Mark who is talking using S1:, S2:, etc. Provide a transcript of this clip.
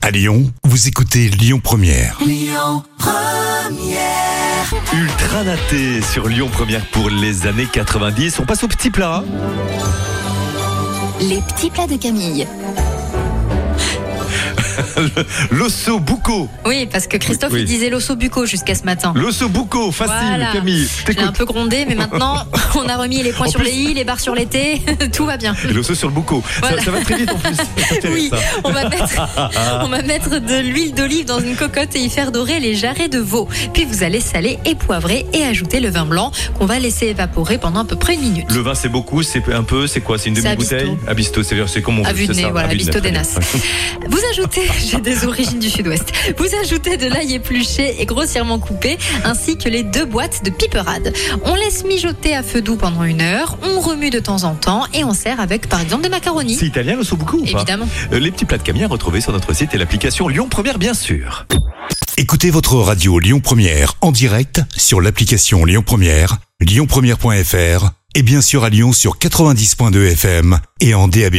S1: À Lyon, vous écoutez Lyon Première.
S2: Ultra naté sur Lyon Première pour les années 90. On passe au petit plat.
S3: Les petits plats de Camille.
S2: L'osso buco.
S3: Oui, parce que Christophe
S2: Oui.
S3: il disait l'osso bucco jusqu'à ce matin.
S2: L'osso buco, facile,
S3: Voilà.
S2: Camille.
S3: Je l'ai un
S2: T'écoutes.
S3: peu grondé, mais maintenant on a remis les points
S2: En
S3: sur
S2: plus-
S3: les i, les barres sur les t, tout va bien.
S2: Et L'osso sur le buco. Ça- Ça,
S3: Voilà.
S2: va très vite en plus. Ça t'intéresse,
S3: Oui,
S2: ça.
S3: on va, mettre, on va mettre de l'huile d'olive dans une cocotte et y faire dorer les jarrets de veau. Puis vous allez saler et poivrer et ajouter le vin blanc qu'on va laisser évaporer pendant à peu près une minute.
S2: Le vin, c'est beaucoup, c'est un peu, c'est quoi C'est une
S3: C'est
S2: demi-bouteille
S3: abisto.
S2: Abisto, c'est c'est comme on
S3: À
S2: veut,
S3: vue de
S2: c'est
S3: nez,
S2: ça,
S3: voilà,
S2: à vue de
S3: abisto
S2: nez,
S3: des
S2: très bien.
S3: Vous ajoutez, j'ai des origines du sud-ouest, vous ajoutez de l'ail épluché et grossièrement coupé, ainsi que les deux boîtes de piperade. On laisse mijoter à feu doux pendant une heure, on remue de temps en temps et on sert avec par exemple des macaronis.
S2: C'est italien l'osso buco ou pas
S3: Évidemment.
S2: Euh, Les petits plats de Camille à retrouver sur notre site et l'application Lyon Première, bien sûr.
S1: Écoutez votre radio Lyon Première en direct sur l'application Lyon Première, lyonpremière.fr et bien sûr à Lyon sur 90.2 FM et en DAB+.